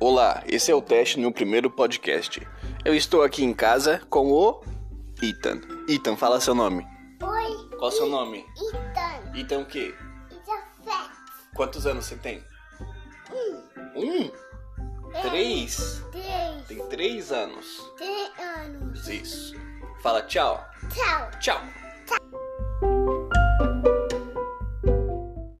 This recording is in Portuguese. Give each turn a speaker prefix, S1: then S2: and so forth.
S1: Olá, esse é o teste no meu primeiro podcast. Eu estou aqui em casa com o Ethan. Ethan, fala seu nome.
S2: Oi, Então,
S1: Qual seu nome?
S2: Ethan.
S1: Ethan o quê?
S2: It's a fact.
S1: Quantos anos você tem?
S2: Um,
S1: Um? Três?
S2: três,
S1: Tem três anos.
S2: três anos.
S1: Isso. Fala tchau.
S2: Tchau.
S1: Tchau.